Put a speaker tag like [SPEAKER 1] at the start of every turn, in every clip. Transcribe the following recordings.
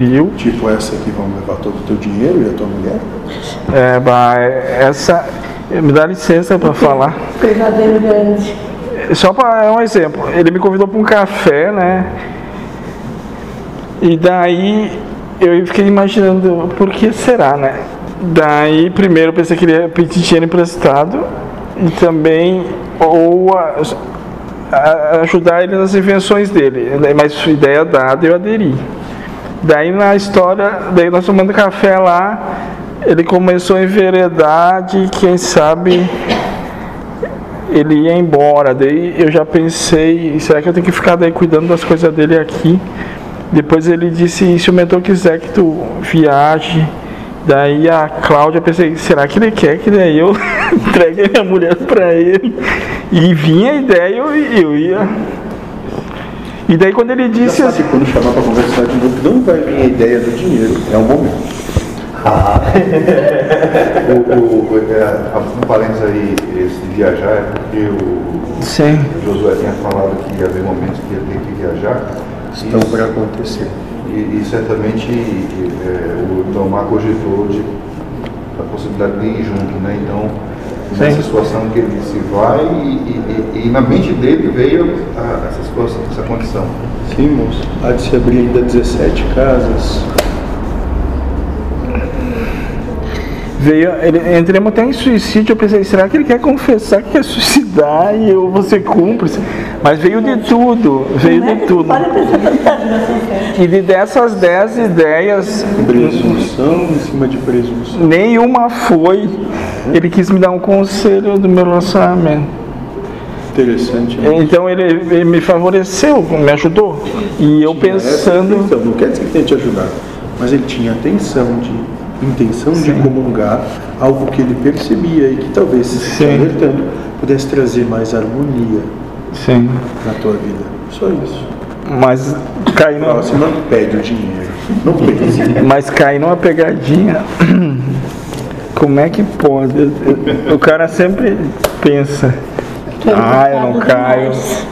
[SPEAKER 1] viu.
[SPEAKER 2] Tipo essa que vão levar todo o teu dinheiro e a tua mulher?
[SPEAKER 1] É, bah, essa. Me dá licença para falar.
[SPEAKER 3] Pesadelo grande.
[SPEAKER 1] Só para é um exemplo. Ele me convidou para um café, né? E daí eu fiquei imaginando por que será, né? Daí primeiro eu pensei que ele ia pedir dinheiro emprestado e também ou a- a- ajudar ele nas invenções dele. Mas sua ideia dada eu aderi. Daí na história, daí nós tomando café lá, ele começou a enveredar de quem sabe ele ia embora. Daí eu já pensei, será que eu tenho que ficar daí cuidando das coisas dele aqui? Depois ele disse, se o mentor quiser que tu viaje, daí a Cláudia pensei, será que ele quer que daí eu entregue a minha mulher pra ele? E vinha a ideia e eu, eu ia. E daí quando ele
[SPEAKER 2] Já
[SPEAKER 1] disse assim,
[SPEAKER 2] sabe quando chamar para conversar de novo, não vai vir a ideia do dinheiro, é o momento.
[SPEAKER 4] O, o, é, um parênteses aí, esse de viajar, é porque o
[SPEAKER 1] sim.
[SPEAKER 4] Josué tinha falado que ia haver momentos que ia ter que viajar.
[SPEAKER 2] Estão para acontecer.
[SPEAKER 4] E, e certamente é, o Tomar cogitou de, a possibilidade de ir junto, né? Então, nessa situação que ele se vai e, e- e- e na mente dele veio a- essa situação, essa condição.
[SPEAKER 2] Sim, moço. Há de se abrir ainda 17 casas.
[SPEAKER 1] Veio, ele, entremos até em suicídio, eu pensei, será que ele quer confessar que quer suicidar e eu vou ser cúmplice? Mas veio de tudo, veio de tudo.
[SPEAKER 3] Olha pra essa fantasma.
[SPEAKER 1] E de dessas 10 ideias,
[SPEAKER 2] Hum. Presunção em cima de presunção.
[SPEAKER 1] nenhuma foi. Ele quis me dar um conselho do meu relacionamento.
[SPEAKER 2] Interessante. né?
[SPEAKER 1] Então ele, ele me favoreceu, me ajudou. E
[SPEAKER 2] né?
[SPEAKER 1] eu
[SPEAKER 2] Essa
[SPEAKER 1] pensando.
[SPEAKER 2] intenção, Então, não quer dizer que tenha te ajudado, mas ele tinha intenção de intenção de comungar algo que ele percebia e que talvez se
[SPEAKER 1] Sim.
[SPEAKER 2] alertando pudesse trazer mais harmonia
[SPEAKER 1] Sim.
[SPEAKER 2] na tua vida. Só isso.
[SPEAKER 1] Mas caí numa,
[SPEAKER 2] Próxima, assim, pede o dinheiro. Não pense.
[SPEAKER 1] mas caí numa pegadinha. Como é que pode? Eu- eu- O cara sempre pensa.
[SPEAKER 3] Tu é
[SPEAKER 1] Ah, eu não
[SPEAKER 3] educado
[SPEAKER 1] caio.
[SPEAKER 3] demais.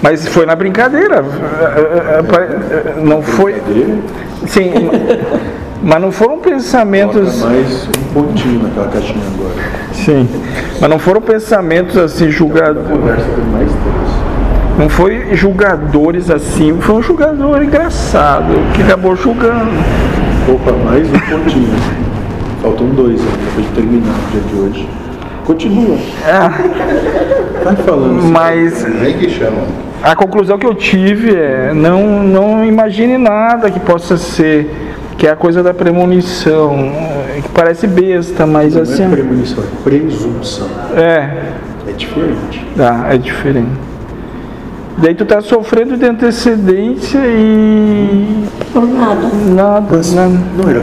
[SPEAKER 1] Mas foi na brincadeira. É, é, é, pare- Não
[SPEAKER 2] É
[SPEAKER 1] foi. Sim. Mas não foram
[SPEAKER 2] Bota
[SPEAKER 1] pensamentos.
[SPEAKER 2] mais um pontinho naquela caixinha agora.
[SPEAKER 1] Sim. Mas não foram pensamentos assim julgadores.
[SPEAKER 2] Conversa por mais três.
[SPEAKER 1] Não foi julgadores assim. Foi um julgador engraçado que acabou julgando.
[SPEAKER 2] Opa, mais um pontinho. Faltam dois ainda pra gente terminar o dia de hoje. Continua. Vai falando. assim.
[SPEAKER 1] Ah. Mas
[SPEAKER 4] Nem que chamam.
[SPEAKER 1] a conclusão que eu tive é não, não imagine nada que possa ser. Que é a coisa da premonição. é, Que parece besta, mas
[SPEAKER 2] Não é
[SPEAKER 1] assim.
[SPEAKER 2] premonição, é presunção.
[SPEAKER 1] É.
[SPEAKER 2] É diferente.
[SPEAKER 1] Ah, é diferente. Daí tu tá sofrendo de antecedência e
[SPEAKER 3] Por nada.
[SPEAKER 1] nada,
[SPEAKER 2] Mas
[SPEAKER 1] nada.
[SPEAKER 2] não é era